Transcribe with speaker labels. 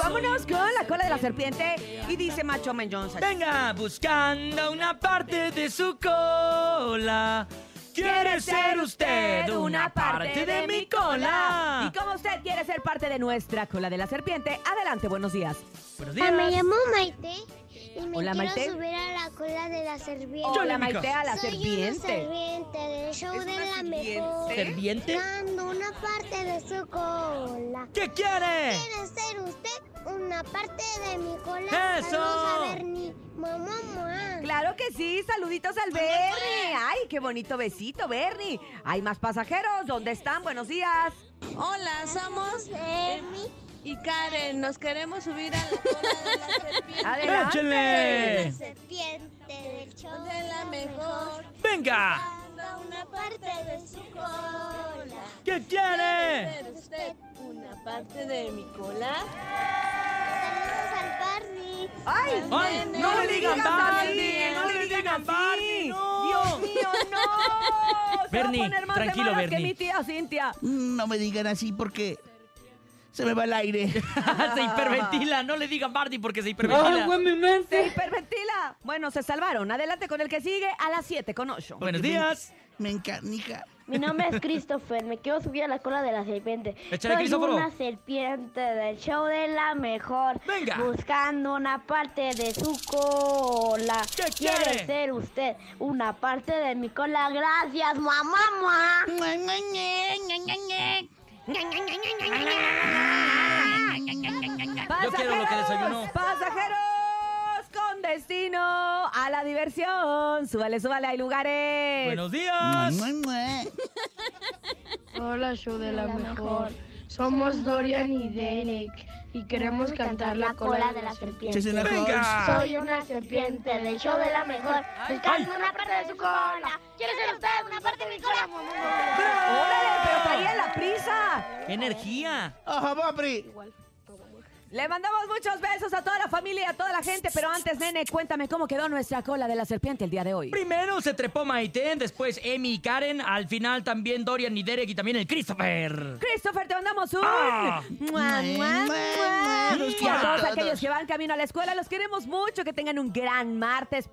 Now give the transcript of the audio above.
Speaker 1: Vámonos con la cola de la serpiente y dice Macho Man Johnson.
Speaker 2: Venga, buscando una parte de su cola. ¿Quiere ser usted una parte de mi cola?
Speaker 1: Y como usted quiere ser parte de nuestra cola de la serpiente, adelante, buenos días.
Speaker 2: Buenos
Speaker 3: Ah, me
Speaker 2: días.
Speaker 3: llamo Maite y me
Speaker 1: Hola,
Speaker 3: quiero
Speaker 1: Maite.
Speaker 3: subir a la cola de la serpiente.
Speaker 1: Hola,
Speaker 2: le mica.
Speaker 1: Maite, a la
Speaker 3: Soy una
Speaker 1: serpiente.
Speaker 3: serpiente del show
Speaker 1: Es
Speaker 3: de
Speaker 1: una
Speaker 3: la
Speaker 1: serpiente.
Speaker 3: mejor.
Speaker 2: ¿Serviente?
Speaker 3: Dando una parte de su cola.
Speaker 2: ¿Qué quiere?
Speaker 3: ¿Quiere ser usted una parte de mi cola?
Speaker 2: ¡Eso!
Speaker 3: Vamos a ver ni mamá, mamá.
Speaker 1: Claro que sí, saluditos al Bernie. Ay, qué bonito besito, Bernie. Hay más pasajeros, ¿dónde están? Buenos días.
Speaker 4: Hola, somos
Speaker 3: Bernie.
Speaker 4: y Karen. Nos queremos subir a la cola de la serpiente.
Speaker 1: Adelante.
Speaker 2: ¡Échele!
Speaker 3: Serpiente del show
Speaker 4: De la mejor.
Speaker 2: ¡Venga!
Speaker 4: Anda una parte de su cola.
Speaker 2: ¿Qué quiere?
Speaker 4: ¿Quiere usted una parte de mi cola?
Speaker 3: Saludos al Barney.
Speaker 1: Ay,
Speaker 2: ¡Ay! ¡No le digan Barney! ¡No le digan Barney!
Speaker 1: Dios
Speaker 2: ¡No!
Speaker 1: mío, no. Se va a
Speaker 2: Bernie,
Speaker 1: poner más de
Speaker 2: tranquilo,
Speaker 1: malas que
Speaker 2: Bernie.
Speaker 1: mi tía Cintia.
Speaker 5: No me digan así porque se me va el aire.
Speaker 2: Se hiperventila, no le digan Barney porque se hiperventila.
Speaker 1: Se hiperventila. Bueno, se salvaron. Adelante con el que sigue a las 7 con 8.
Speaker 2: Buenos días.
Speaker 5: Me encanija.
Speaker 6: Mi nombre es Christopher, me quiero subir a la cola de la serpiente.
Speaker 2: Échale,
Speaker 6: Soy
Speaker 2: Christopher.
Speaker 6: una serpiente del show de la mejor.
Speaker 2: Venga.
Speaker 6: Buscando una parte de su cola.
Speaker 2: ¿Qué quiere?
Speaker 6: ¿Quiere ser usted una parte de mi cola? Gracias, mamá, mamá.
Speaker 2: Yo quiero lo que desayuno.
Speaker 1: Pasajeros con destino a la diversión. Súbale, súbale, hay lugares.
Speaker 2: Buenos días.
Speaker 7: Hola, show de la mejor. Somos Dorian y Derek y queremos cantar la cola de la serpiente.
Speaker 5: Échese una
Speaker 2: Venga.
Speaker 5: Halls.
Speaker 6: Soy una serpiente del show de la mejor. Buscando una parte de su cola. ¿Quiere ser usted una parte de mi cola? mamá, mamá?
Speaker 1: ¡Órale,
Speaker 2: ¡Ah!
Speaker 1: pero traía la prisa!
Speaker 2: ¡Qué energía!
Speaker 5: ¡Ojo, Popri!
Speaker 1: Le mandamos muchos besos a toda la familia y a toda la gente. Pero antes, nene, cuéntame cómo quedó nuestra cola de la serpiente el día de hoy.
Speaker 2: Primero se trepó Maite, después Emi y Karen, al final también Dorian y Derek y también el Christopher.
Speaker 1: Christopher, te mandamos un...
Speaker 2: Mm. Ah.
Speaker 1: ¡Mua, mua,
Speaker 5: Mua,
Speaker 1: mua!
Speaker 5: mua.
Speaker 1: Y a todos
Speaker 5: Mua.
Speaker 1: aquellos que van camino a la escuela, los queremos mucho. Que tengan un gran martes.